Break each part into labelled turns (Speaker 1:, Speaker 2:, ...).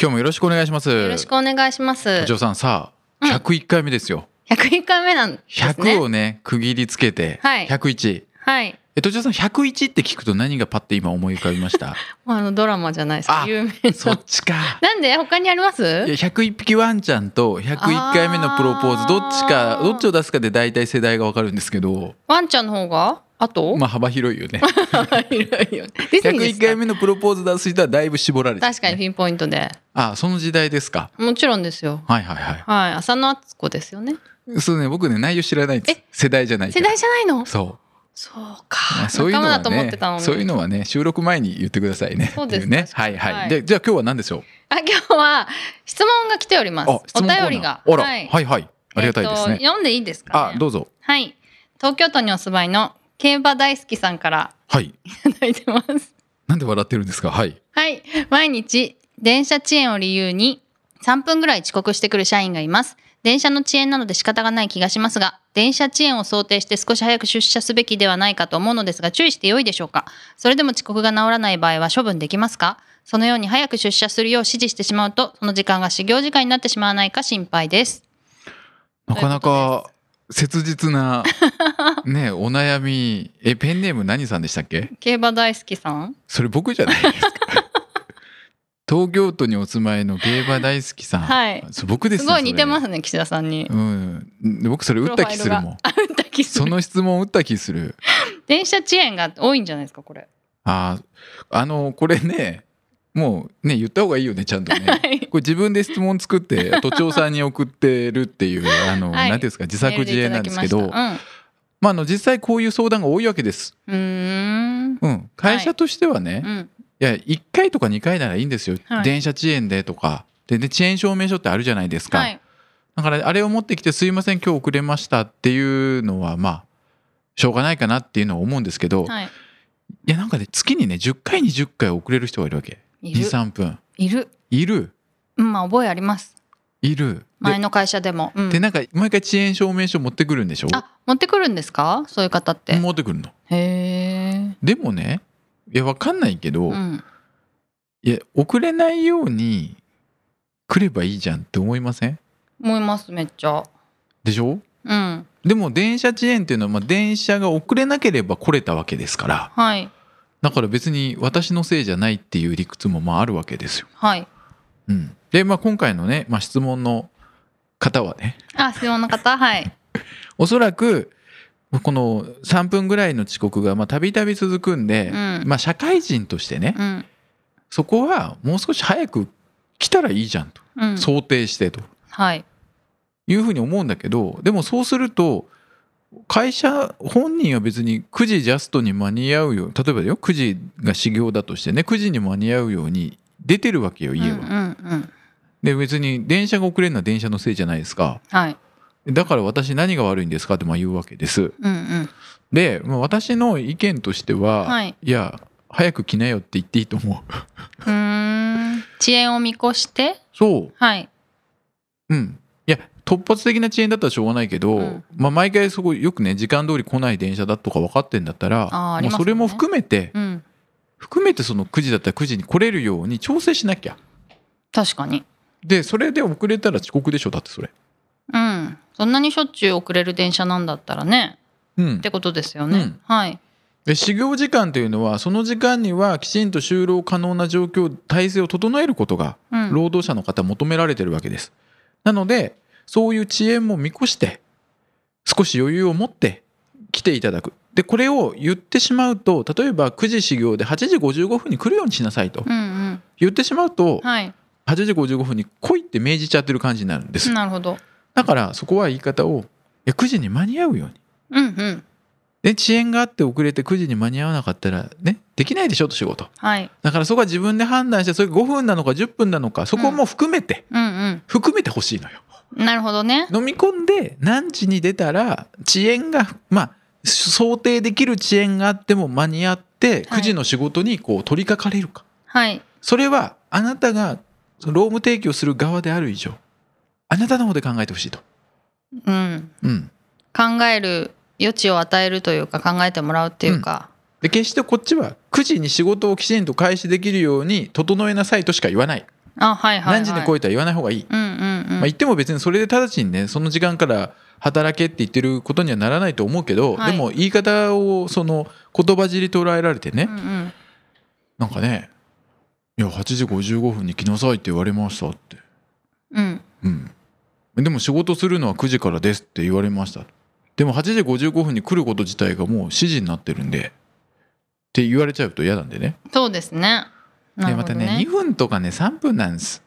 Speaker 1: 今日もよろしくお願いします
Speaker 2: よろしくお願いします
Speaker 1: 土壌さんさあ101回目ですよ、
Speaker 2: 101回目なんですね
Speaker 1: 100をね区切りつけて、
Speaker 2: はい
Speaker 1: 101
Speaker 2: はい
Speaker 1: え土壌さん101って聞くと何がパッて今思い浮かびました
Speaker 2: あのドラマじゃないですか
Speaker 1: あ
Speaker 2: 有名
Speaker 1: そ
Speaker 2: な
Speaker 1: っちか
Speaker 2: なんで他にあります
Speaker 1: いや101匹ワンちゃんと101回目のプロポー
Speaker 2: あー
Speaker 1: ズどっちかどっちを出すかで大体世代がわかるんですけど
Speaker 2: ワンちゃんの方があと、
Speaker 1: まあ幅広い よね
Speaker 2: いろいろディズニーです
Speaker 1: 101
Speaker 2: か
Speaker 1: 回目のプロポーズ出す人はだいぶ絞られてるね
Speaker 2: 確かにピンポイントで
Speaker 1: あその時代ですか
Speaker 2: もちろんですよ
Speaker 1: はいはいは
Speaker 2: はい浅野敦子ですよね
Speaker 1: いそうね僕ね内容知らないんです
Speaker 2: え
Speaker 1: 世代じゃないか
Speaker 2: 世
Speaker 1: ら
Speaker 2: 代じゃないの
Speaker 1: そう
Speaker 2: そう
Speaker 1: ま
Speaker 2: か
Speaker 1: あそういうの
Speaker 2: 仲間
Speaker 1: は
Speaker 2: だと思って
Speaker 1: ね
Speaker 2: たのに
Speaker 1: そういうのはね収録前に言ってくださいね
Speaker 2: そうです
Speaker 1: っていね
Speaker 2: 確か
Speaker 1: は
Speaker 2: に
Speaker 1: いはい、
Speaker 2: はい
Speaker 1: でじゃあ今日は何でしょう
Speaker 2: あ今日は質問が来ております
Speaker 1: あ質
Speaker 2: お
Speaker 1: 問コーナー
Speaker 2: 便りが
Speaker 1: あら、
Speaker 2: は
Speaker 1: はいい、はいありがたいです
Speaker 2: えっ
Speaker 1: ね、
Speaker 2: と読んでいいですか、
Speaker 1: あ
Speaker 2: ね、
Speaker 1: どうぞ
Speaker 2: はい東京都にお住まいの競馬大好きさんから
Speaker 1: はい
Speaker 2: いただいてます
Speaker 1: なんで笑ってるんですかはい
Speaker 2: はい。毎日、電車遅延を理由に3分ぐらい遅刻してくる社員がいます。電車の遅延なので仕方がない気がしますが、電車遅延を想定して少し早く出社すべきではないかと思うのですが、注意して良いでしょうかそれでも遅刻が治らない場合は処分できますかそのように早く出社するよう指示してしまうと、その時間が始業時間になってしまわないか心配です。
Speaker 1: なかなか切実 なねお悩みえペンネーム何さんでしたっけ
Speaker 2: 競馬大好きさん
Speaker 1: それ僕じゃないですか東京都にお住まいの競馬大好きさん、
Speaker 2: はい
Speaker 1: そう僕です
Speaker 2: す
Speaker 1: よ
Speaker 2: ごい似てますすね、岸田さん に。
Speaker 1: うんで僕それ打った気するもん
Speaker 2: プロファイルがあ打った気す
Speaker 1: そ
Speaker 2: る。
Speaker 1: の質問打った気する
Speaker 2: 電車遅延が多いんじゃないですか、これ。
Speaker 1: あーあのこれねもうね言った方がいいよねちゃんと ね
Speaker 2: はい。
Speaker 1: これ自分で質問作って都庁さんに送ってるっていうあの、
Speaker 2: はい
Speaker 1: なんていうんですか自作自演なんですけど
Speaker 2: メール
Speaker 1: ま
Speaker 2: でいただきましたうん
Speaker 1: あ、あの実際こういう相談が多いわけです、
Speaker 2: うーん。
Speaker 1: うん、会社としてはね、
Speaker 2: う
Speaker 1: い、
Speaker 2: ん。
Speaker 1: や1回とか2回ならいいんですよ、
Speaker 2: はい
Speaker 1: 電車遅延でとかでで遅延証明書ってあるじゃないですか、
Speaker 2: はい。
Speaker 1: だからあれを持ってきて「すいません今日遅れました」っていうのはまあしょうがないかなっていうのは思うんですけど、い、
Speaker 2: はい。
Speaker 1: やなんかね月にね10回に10回遅れる人がいるわけ
Speaker 2: いる。
Speaker 1: 23分
Speaker 2: いる。
Speaker 1: いる
Speaker 2: うん、まあ、覚えあります。
Speaker 1: いる
Speaker 2: 前
Speaker 1: で
Speaker 2: の会社でも。うん
Speaker 1: でなんか毎回遅延証明書持ってくるんでしょ
Speaker 2: あ、持ってくるんですか。そういう方って。
Speaker 1: 持ってくるの
Speaker 2: へえ。
Speaker 1: でもねいやわかんないけど、
Speaker 2: うん。
Speaker 1: いや遅れないように来ればいいじゃんって思いません
Speaker 2: 思います。めっちゃ。
Speaker 1: でしょ
Speaker 2: うん。
Speaker 1: でも電車遅延っていうのは、まあ、電車が遅れなければ来れたわけですから
Speaker 2: はい。
Speaker 1: だから別に私のせいじゃないっていう理屈もまああるわけですよ。
Speaker 2: はい。
Speaker 1: うん、で、まあ、今回のね、まあ、質問の方はね
Speaker 2: あ、必要な方。はい。
Speaker 1: おそらくこの3分ぐらいの遅刻がまあたびたび続くんで、
Speaker 2: うん
Speaker 1: まあ、社会人としてね、
Speaker 2: うん。
Speaker 1: そこはもう少し早く来たらいいじゃんと、
Speaker 2: うん。
Speaker 1: 想定してと
Speaker 2: はい。
Speaker 1: いうふうに思うんだけどでもそうすると会社本人は別に9時ジャストに間に合うよう例えばだよ9時が始業だとしてね9時に間に合うように出てるわけよ家は。
Speaker 2: うん。うんうん。
Speaker 1: で別に電車が遅れるのは電車のせいじゃないですか。
Speaker 2: はい。
Speaker 1: だから私何が悪いんですかってまあ言うわけです。
Speaker 2: うん。うん。
Speaker 1: で、まあ、私の意見としては、
Speaker 2: はい
Speaker 1: や早く来なよって言っていいと思う。
Speaker 2: うーん。遅延を見越して。
Speaker 1: そう
Speaker 2: はい。
Speaker 1: うん、いや突発的な遅延だったらしょうがないけど、
Speaker 2: うん
Speaker 1: まあ、毎回そこよくね時間通り来ない電車だとか分かってんだったら
Speaker 2: あーあり
Speaker 1: も
Speaker 2: ま
Speaker 1: う
Speaker 2: すね
Speaker 1: それも含めて、
Speaker 2: うん。
Speaker 1: 含めてその9時だったら9時に来れるように調整しなきゃ
Speaker 2: 確かに。
Speaker 1: でそれで遅れたら遅刻でしょだってそれ
Speaker 2: うん。そんなにしょっちゅう遅れる電車なんだったらね。
Speaker 1: うん
Speaker 2: ってことですよね。
Speaker 1: うん
Speaker 2: はい。
Speaker 1: で始業時間というのはその時間にはきちんと就労可能な状況体制を整えることが
Speaker 2: うん。
Speaker 1: 労働者の方求められてるわけですなのでそういう遅延も見越して少し余裕を持って来ていただくでこれを言ってしまうと例えば9時始業で8時55分に来るようにしなさいと
Speaker 2: うんうん。
Speaker 1: 言ってしまうと
Speaker 2: はい。
Speaker 1: 8時55分に来いって命じちゃってる感じになるんです
Speaker 2: なるほど。
Speaker 1: だからそこは言い方をいや9時に間に合うように
Speaker 2: うんうん。
Speaker 1: で遅延があって遅れて9時に間に合わなかったらねできないでしょと仕事
Speaker 2: はい。
Speaker 1: だからそこは自分で判断してそれ5分なのか10分なのかそこも含めて、
Speaker 2: うん
Speaker 1: 含めてほしいのよ
Speaker 2: うん。なるほどね。
Speaker 1: 飲み込んで何時に出たら遅延がまあ想定できる遅延があっても間に合って
Speaker 2: は
Speaker 1: 9
Speaker 2: い
Speaker 1: 時の仕事にこう取り掛かれるか、
Speaker 2: はい。
Speaker 1: それはあなたがその労務提供する側である以上あなたの方で考えてほしいと、
Speaker 2: うん。
Speaker 1: うん、
Speaker 2: 考える余地を与えるというか考えてもらうっていうか。
Speaker 1: で決してこっちは9時に仕事をきちんと開始できるように整えなさいとしか言わない、
Speaker 2: あはいはい、はい。
Speaker 1: 何時に来いとは言わない方がいい、
Speaker 2: うんうんうん。
Speaker 1: まあ、言っても別にそれで直ちにねその時間から働けって言ってることにはならないと思うけど、
Speaker 2: はい
Speaker 1: でも言い方をその言葉尻捉えられてね、
Speaker 2: うんうん、
Speaker 1: なんかね「いや8時55分に来なさい」って言われましたって
Speaker 2: うん、
Speaker 1: うん、でも仕事するのは9時からですって言われましたでも8時55分に来ること自体がもう指示になってるんでって言われちゃうと嫌なんでね
Speaker 2: そうですね。な
Speaker 1: で
Speaker 2: る
Speaker 1: ま
Speaker 2: ほど
Speaker 1: た
Speaker 2: ね。
Speaker 1: ね2分とかね3分なんです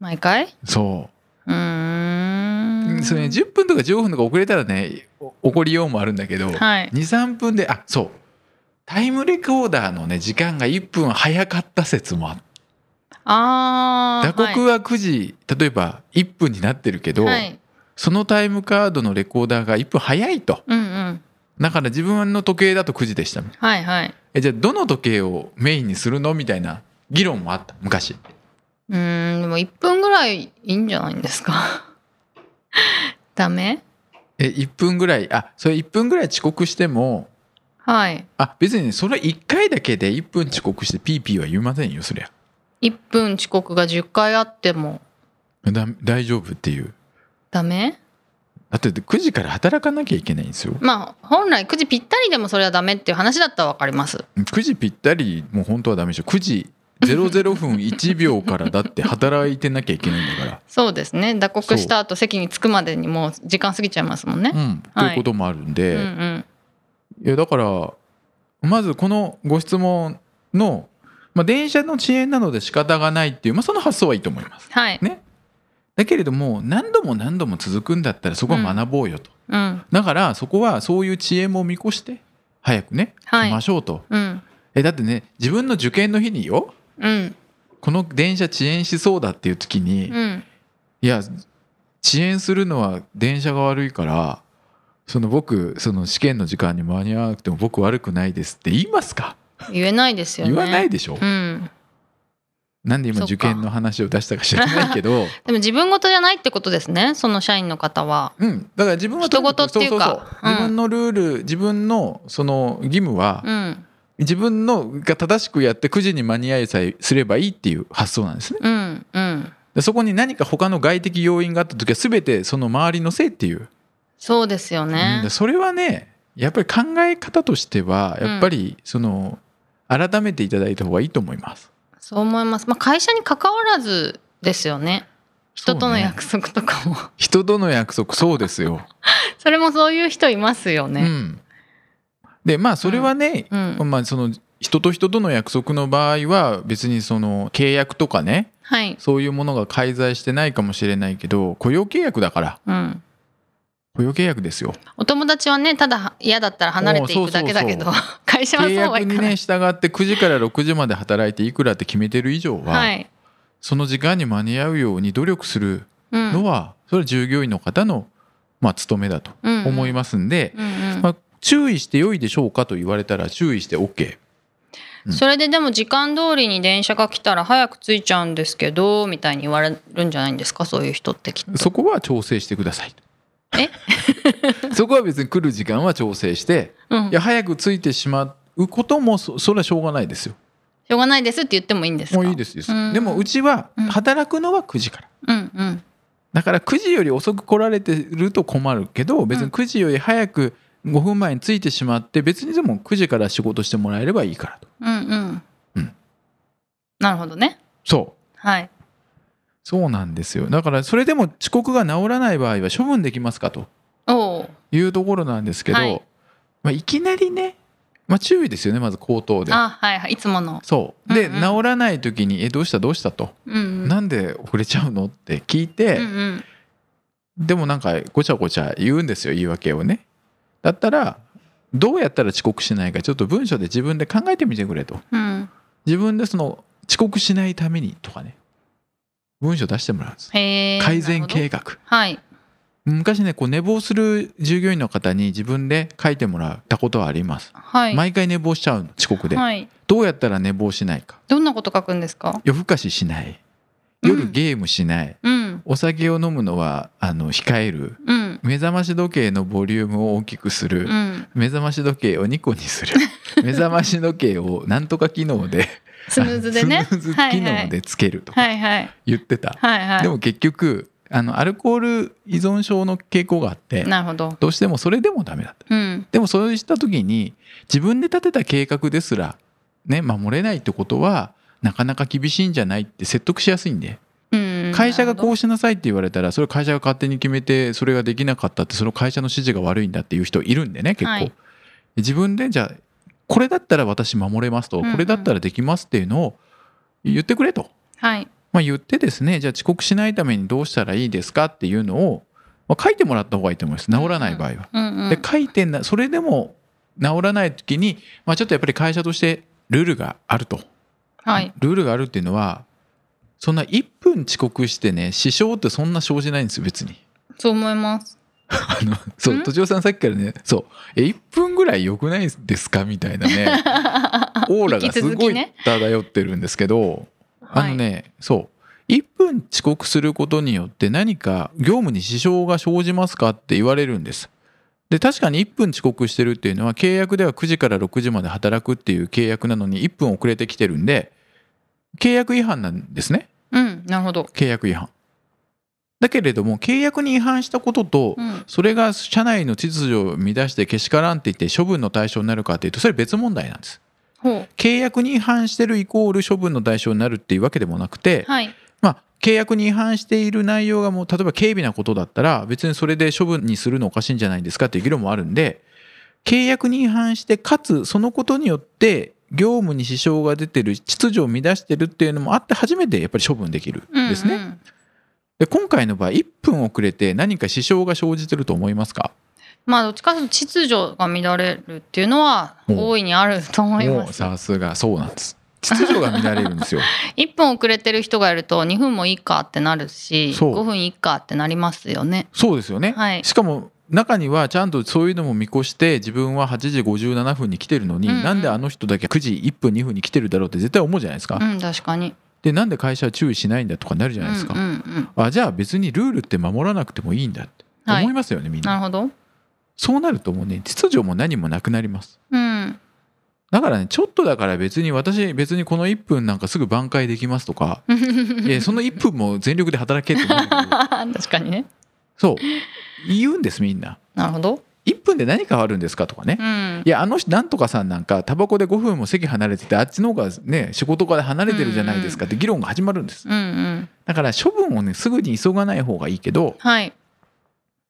Speaker 2: 毎回？
Speaker 1: そう
Speaker 2: ー
Speaker 1: う、
Speaker 2: ん。
Speaker 1: それね10分とか15分とか遅れたらねお怒りようもあるんだけど、
Speaker 2: はい。
Speaker 1: 23分であそうタイムレコーダーのね時間が1分早かった説もあって
Speaker 2: ああ。
Speaker 1: 打刻は9時、例えば1分になってるけど、
Speaker 2: はい。はい。
Speaker 1: そのタイムカードのレコーダーが1分早いと
Speaker 2: うんうん。
Speaker 1: だから自分の時計だと9時でした
Speaker 2: はいはい。
Speaker 1: えじゃあどの時計をメインにするのみたいな議論もあった昔
Speaker 2: うーんでも一分ぐらいいいんじゃないんですか。 ダメ？
Speaker 1: え1分ぐらいあそれ1分ぐらい遅刻しても
Speaker 2: はい。
Speaker 1: あ別にねそれ1回だけで1分遅刻してピーピーは言いませんよそりゃ
Speaker 2: 一分遅刻が十回あっても
Speaker 1: だ大丈夫っていう
Speaker 2: ダメ？
Speaker 1: だって9時から働かなきゃいけないんですよ
Speaker 2: まあ本来九時ぴったりでもそれはダメっていう話だったらわかります。
Speaker 1: 9時ぴったりもう本当はダメでしょ9時00分1秒からだって働いてなきゃいけないんだから
Speaker 2: そうですね。打
Speaker 1: そう
Speaker 2: 刻した後席に着くまでにもう時間過ぎちゃいますもんね。
Speaker 1: うんということもあるんで、
Speaker 2: うんうん。
Speaker 1: いやだからまずこのご質問の、まあ、電車の遅延なので仕方がないっていう、まあ、その発想はいいと思います。
Speaker 2: はい。
Speaker 1: ねだけれども何度も何度も続くんだったらそこは学ぼうよと、
Speaker 2: うん
Speaker 1: だからそこはそういう遅延も見越して早くね、
Speaker 2: はい
Speaker 1: 来ましょうと
Speaker 2: うん
Speaker 1: えだってね自分の受験の日によ
Speaker 2: うん
Speaker 1: この電車遅延しそうだっていう時に、
Speaker 2: うん
Speaker 1: いや遅延するのは電車が悪いからその僕その試験の時間に間に合わなくても僕悪くないですって言いますか
Speaker 2: 言えないですよね。
Speaker 1: 言わないでしょ、
Speaker 2: うん。
Speaker 1: なんで今
Speaker 2: そっか
Speaker 1: 受験の話を出したか知らないけ ど
Speaker 2: でも自分事じゃないってことですね。その社員の方は。
Speaker 1: うんだから自分はとにかく
Speaker 2: 人事っていうか
Speaker 1: そうそうそう
Speaker 2: うん
Speaker 1: 自分のルール自分のその義務は、
Speaker 2: うん
Speaker 1: 自分のが正しくやって9時に間に合いさえすればいいっていう発想なんですね
Speaker 2: うんうん。
Speaker 1: でそこに何か他の外的要因があった時は全てその周りのせいっていう、
Speaker 2: そうですよ
Speaker 1: うん
Speaker 2: ね
Speaker 1: で。それはねやっぱり考え方としてはやっぱりその、改めていただいた方がいいと思います
Speaker 2: そう思います。まあ会社に関わらずですよね。人との約
Speaker 1: 束
Speaker 2: 束とかも。 そ,、
Speaker 1: 人との約束そうですよ、
Speaker 2: れもそういう人いますよ
Speaker 1: う
Speaker 2: ね。
Speaker 1: んでまあそれはね、
Speaker 2: うん。
Speaker 1: まあ、その人と人との約束の場合は別にその契約とかね
Speaker 2: はい。
Speaker 1: そういうものが介在してないかもしれないけど雇用契約だから
Speaker 2: うん。
Speaker 1: 雇用契約です よ
Speaker 2: お友達はね、ただ嫌だったら離れていくだけだけ
Speaker 1: お
Speaker 2: ど
Speaker 1: う、
Speaker 2: 会社はそ
Speaker 1: 契
Speaker 2: うは
Speaker 1: 約
Speaker 2: いか
Speaker 1: に
Speaker 2: ない
Speaker 1: ね。従って9時から6時まで働いていくらって決めてる以上は、
Speaker 2: はい。
Speaker 1: その時間に間に合うように努力する
Speaker 2: うん。
Speaker 1: のは、それは従業員の方の、まあ、務めだと
Speaker 2: うんうん
Speaker 1: 思いますんで、
Speaker 2: うん
Speaker 1: まあ、注意して良いでしょうかと言われたら注意して OK
Speaker 2: うん、それででも時間通りに電車が来たら早く着いちゃうんですけどみたいに言われるんじゃないんですかそういう人ってきっと
Speaker 1: そこは調整してください
Speaker 2: え
Speaker 1: そこは別に来る時間は調整して
Speaker 2: うん
Speaker 1: いや早く着いてしまうこともそそれはしょうがないですよ。
Speaker 2: しょうがないですって言ってもいいんですか
Speaker 1: もういいですよ
Speaker 2: うん
Speaker 1: でもうちは
Speaker 2: うん
Speaker 1: 働くのは9時から。
Speaker 2: うんうん
Speaker 1: だから9時より遅く来られてると困るけど別
Speaker 2: う
Speaker 1: に
Speaker 2: ん
Speaker 1: 9時より早く5分前に着いてしまって別にでも9時から仕事してもらえればいいからと。
Speaker 2: うんうん
Speaker 1: うん
Speaker 2: なるほどね
Speaker 1: そう
Speaker 2: はい
Speaker 1: そうなんですよだからそれでも遅刻が治らない場合は処分できますかと
Speaker 2: おお
Speaker 1: いうところなんですけど、
Speaker 2: はい
Speaker 1: まあ、いきなりね、まあ、注意ですよねまず口頭で。
Speaker 2: あはいはいいつもの
Speaker 1: そうで、
Speaker 2: うんうん
Speaker 1: 治らない時に「えどうしたどうした?」と
Speaker 2: うんう
Speaker 1: 「
Speaker 2: ん
Speaker 1: なんで遅れちゃうの?」って聞いて、
Speaker 2: うんうん
Speaker 1: でもなんかごちゃごちゃ言うんですよ言い訳をねだったらどうやったら遅刻しないかちょっと文章で自分で考えてみてくれと
Speaker 2: うん。
Speaker 1: 自分でその遅刻しないためにとかね文章出してもらうんです
Speaker 2: へえ。
Speaker 1: 改善
Speaker 2: なるほ
Speaker 1: 計
Speaker 2: ど
Speaker 1: 画
Speaker 2: はい。
Speaker 1: 昔ねこう寝坊する従業員の方に自分で書いてもらったことはあります、
Speaker 2: はい。
Speaker 1: 毎回寝坊しちゃうの遅刻で、
Speaker 2: はい。
Speaker 1: どうやったら寝坊しないか
Speaker 2: どんなこと書くんですか。
Speaker 1: 夜更かししない
Speaker 2: うん
Speaker 1: 夜ゲームしない、
Speaker 2: うん。
Speaker 1: お酒を飲むのはあの控える
Speaker 2: うん。
Speaker 1: 目覚まし時計のボリュームを大きくする、
Speaker 2: うん。
Speaker 1: 目覚まし時計を2個に する目覚まし時計をなんとか機能で
Speaker 2: スムーズでね。
Speaker 1: スムーズ
Speaker 2: はい
Speaker 1: 機
Speaker 2: は
Speaker 1: 能
Speaker 2: い。
Speaker 1: でつけるとか
Speaker 2: はいはい。
Speaker 1: 言ってた、
Speaker 2: はいはい。
Speaker 1: でも結局あのアルコール依存症の傾向があって
Speaker 2: なるほど。
Speaker 1: どうしてもそれでもダメだった
Speaker 2: うん。
Speaker 1: でもそうした時に自分で立てた計画ですらね守れないってことはなかなか厳しいんじゃないって説得しやすいんで
Speaker 2: うん。
Speaker 1: 会社がこ
Speaker 2: う。
Speaker 1: うしなさいって言われたらそれ会社が勝手に決めてそれができなかったってその会社の指示が悪いんだっていう人いるんでね結構、
Speaker 2: はい
Speaker 1: 自分でじゃあこれだったら私守れますと、
Speaker 2: うんうん
Speaker 1: これだったらできますっていうのを言ってくれと、
Speaker 2: はい。
Speaker 1: まあ、言ってですねじゃあ遅刻しないためにどうしたらいいですかっていうのを、まあ、書いてもらった方がいいと思います治らない場合は。
Speaker 2: うんうん。
Speaker 1: で書いてなそれでも治らない時に、まあ、ちょっとやっぱり会社としてルールがあると、
Speaker 2: はい。
Speaker 1: ルールがあるっていうのはそんな1分遅刻してね支障ってそんな生じないんですよ別に
Speaker 2: そう思います。
Speaker 1: あのそ
Speaker 2: ん
Speaker 1: う土おさんさっきからねそうえ1分ぐらい良くないですかみたいな ね オーラがす
Speaker 2: 引き
Speaker 1: ご
Speaker 2: 続き
Speaker 1: い
Speaker 2: ね
Speaker 1: 漂ってるんですけど、あのね、そう1分遅刻することによって何か業務に支障が生じますかって言われるんです。で確かに1分遅刻してるっていうのは契約では9時から6時まで働くっていう契約なのに1分遅れてきてるんで契約違反なんですね
Speaker 2: うん。なるほど。
Speaker 1: 契約違反。だけれども契約に違反したことと、
Speaker 2: うん。
Speaker 1: それが社内の秩序を乱してけしからんって言って処分の対象になるかっていうとそれ別問題なんです
Speaker 2: ほ
Speaker 1: 契約に違反してるイコール処分の対象になるっていうわけでもなくて
Speaker 2: う。はい。
Speaker 1: まあ契約に違反している内容がもう例えば軽微なことだったら別にそれで処分にするのおかしいんじゃないですかっていう議論もあるんで契約に違反してかつそのことによって業務に支障が出てる秩序を乱してるっていうのもあって初めてやっぱり処分できる
Speaker 2: うん。
Speaker 1: んですね、
Speaker 2: うん。
Speaker 1: で今回の場合1分遅れて何か支障が生じてると思いますか
Speaker 2: まあ、どっちかというと秩序が乱れるっていうのは
Speaker 1: もう
Speaker 2: 大いにあると思い
Speaker 1: も
Speaker 2: ま
Speaker 1: う
Speaker 2: す。
Speaker 1: さすがそうなんです秩序が乱れるんですよ
Speaker 2: 一分遅れてる人がいると2分もいいかってなるし、
Speaker 1: そう
Speaker 2: 5分いいかってなりますよね。
Speaker 1: そうですよね、
Speaker 2: はい
Speaker 1: しかも中にはちゃんとそういうのも見越して自分は8時57分に来てるのに、
Speaker 2: うんうん
Speaker 1: なんであの人だけ9時1分2分に来てるだろうって絶対思うじゃないですか、
Speaker 2: うん、確かに。
Speaker 1: でなんで会社は注意しないんだとかなるじゃないですか、
Speaker 2: うんうんうん。
Speaker 1: あじゃあ別にルールって守らなくてもいいんだって
Speaker 2: はい
Speaker 1: 思いますよね、みん
Speaker 2: な
Speaker 1: な
Speaker 2: るほど。
Speaker 1: そうなるともうね秩序も何もなくなります
Speaker 2: うん。
Speaker 1: だからねちょっとだから別に私別にこの1分なんかすぐ挽回できますと かいやその1分も全力で働けって思うんだけど
Speaker 2: 確かにね。
Speaker 1: そう言うんですみんな
Speaker 2: なるほど。
Speaker 1: 1分で何変わるんですかとかね、
Speaker 2: うん
Speaker 1: い。やあの人なんとかさんなんかタバコで5分も席離れててあっちの方がね仕事から離れてるじゃないですかって議論が始まるんです
Speaker 2: うんうん。
Speaker 1: だから処分をねすぐに急がない方がいいけど
Speaker 2: はい。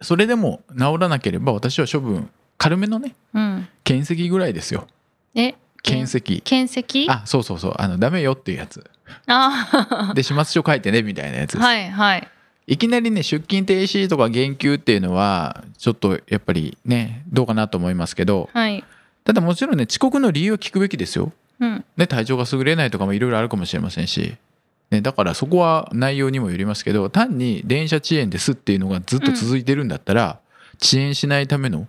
Speaker 1: それでも治らなければ私は処分軽めのね
Speaker 2: うん。
Speaker 1: 検石ぐらいですよ
Speaker 2: え、
Speaker 1: 検石
Speaker 2: 検石あ
Speaker 1: あそうそうそうあのダメよっていうやつ
Speaker 2: あ
Speaker 1: で始末書書いてねみたいなやつで
Speaker 2: ー。
Speaker 1: す
Speaker 2: はいはい。
Speaker 1: いきなりね出勤停止とか減給っていうのはちょっとやっぱりねどうかなと思いますけど
Speaker 2: はい。
Speaker 1: ただもちろんね遅刻の理由は聞くべきですよ。
Speaker 2: うん。
Speaker 1: ね、体調が優れないとかもいろいろあるかもしれませんし、ね、だからそこは内容にもよりますけど単に電車遅延ですっていうのがずっと続いてるんだったら、遅延しないための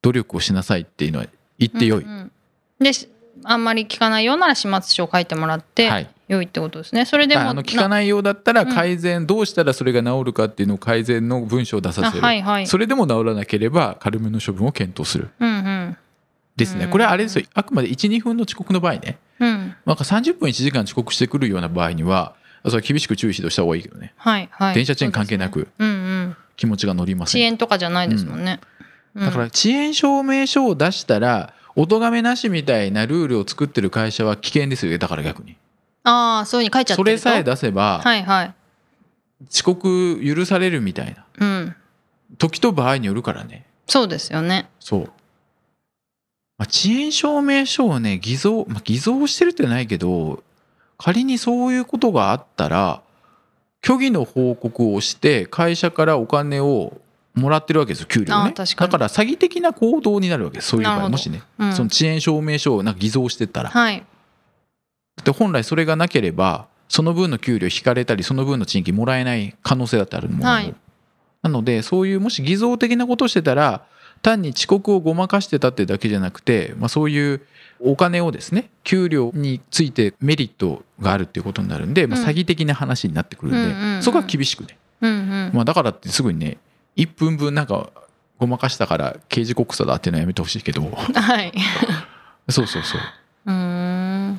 Speaker 1: 努力をしなさいっていうのは言ってよい。
Speaker 2: うんうんで、しあんまり聞かないようなら始末書を書いてもらって、
Speaker 1: はい、
Speaker 2: 良いってことですね。それで
Speaker 1: だか
Speaker 2: も
Speaker 1: らあの聞か
Speaker 2: な
Speaker 1: ないようだったら
Speaker 2: うん
Speaker 1: 改善、どうしたらそれが治るかっていうのを改善の文章を出させる、
Speaker 2: あはいはい。
Speaker 1: それでも治らなければ軽めの処分を検討する
Speaker 2: うんうん。
Speaker 1: ですね、
Speaker 2: うん
Speaker 1: これはあれですよあくまで12分の遅刻の場合ね
Speaker 2: うん。
Speaker 1: なんか30分1時間遅刻してくるような場合にはそれは厳しく注意指導した方がいいけどね
Speaker 2: はいはい。
Speaker 1: 電車遅延関係なく
Speaker 2: そうですね。うんうん。
Speaker 1: 気持ちが乗りま
Speaker 2: 遅
Speaker 1: せん、
Speaker 2: 延とかじゃないですもんね。うん
Speaker 1: だから遅延証明書を出したらお咎めなしみたいなルールを作ってる会社は危険ですよねだから逆に
Speaker 2: ああ、そういうふうに書いちゃって
Speaker 1: そ
Speaker 2: る
Speaker 1: れ
Speaker 2: と
Speaker 1: さえ出せば
Speaker 2: はいはい。
Speaker 1: 遅刻許されるみたいな
Speaker 2: うん。
Speaker 1: 時と場合によるからね
Speaker 2: そうですよね。
Speaker 1: そう、まあ、遅延証明書をね偽造、まあ、偽造してるってないけど仮にそういうことがあったら虚偽の報告をして会社からお金をもらってるわけですよ給料
Speaker 2: あ
Speaker 1: ね
Speaker 2: ー確か
Speaker 1: だ
Speaker 2: に
Speaker 1: から詐欺的な行動になるわけですそういう場
Speaker 2: な
Speaker 1: 合
Speaker 2: るほど
Speaker 1: もしね、
Speaker 2: うん
Speaker 1: その遅延証明書をなんか偽造してったら、
Speaker 2: はい
Speaker 1: だって本来それがなければその分の給料引かれたりその分の賃金もらえない可能性だってあるもの、
Speaker 2: はい
Speaker 1: なのでそういうもし偽造的なことをしてたら単に遅刻をごまかしてたってだけじゃなくて、まあ、そういうお金をですね給料についてメリットがあるっていうことになるんで、まあ、
Speaker 2: うん
Speaker 1: 詐欺的な話になってくるんで、
Speaker 2: うんうんうん
Speaker 1: そこは厳しくね、
Speaker 2: うんうん、
Speaker 1: まあ、だからってすぐにね1分分なんかごまかしたから刑事告訴だっていうのはやめてほしい けど
Speaker 2: はい
Speaker 1: そうそうそう
Speaker 2: うーん
Speaker 1: っ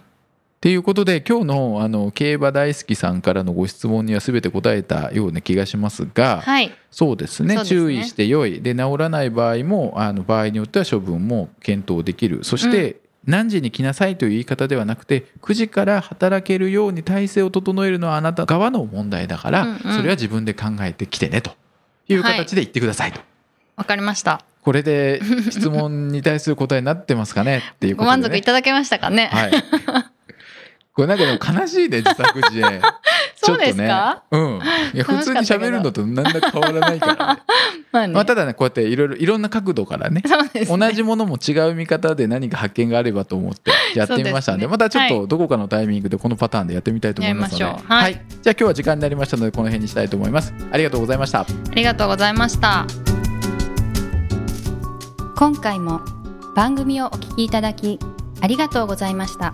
Speaker 1: ていうことで今日のあの競馬大好きさんからのご質問には全て答えたような気がしますが、
Speaker 2: はい
Speaker 1: そうですね
Speaker 2: そうですね
Speaker 1: 注意して良いで治らない場合もあの場合によっては処分も検討できるそして、何時に来なさいという言い方ではなくて9時から働けるように体制を整えるのはあなた側の問題だから、
Speaker 2: うんうん
Speaker 1: それは自分で考えてきてねという形で言ってくださいと、
Speaker 2: わかりました
Speaker 1: これで質問に対する答えになってますかねっていうこ
Speaker 2: ご
Speaker 1: とで、ね、
Speaker 2: 満足いただけましたかね、
Speaker 1: はい。これなんかでも悲しいね自作自演。
Speaker 2: そうですか
Speaker 1: ちょっとね。うん。いや普通に喋るのと何ら変わらないから、ね。
Speaker 2: まあね、
Speaker 1: まあただねこうやっていろいろいろんな角度からね。
Speaker 2: そうです
Speaker 1: 同じものも違う見方で何か発見があればと思ってやってみましたので
Speaker 2: そうですね
Speaker 1: またちょっとどこかのタイミングでこのパターンでやってみたいと思いますので、
Speaker 2: やりましょうはい
Speaker 1: じゃあ今日は時間になりましたのでこの辺にしたいと思いますありがとうございました
Speaker 2: ありがとうございました
Speaker 3: 今回も番組をお聞きいただきありがとうございました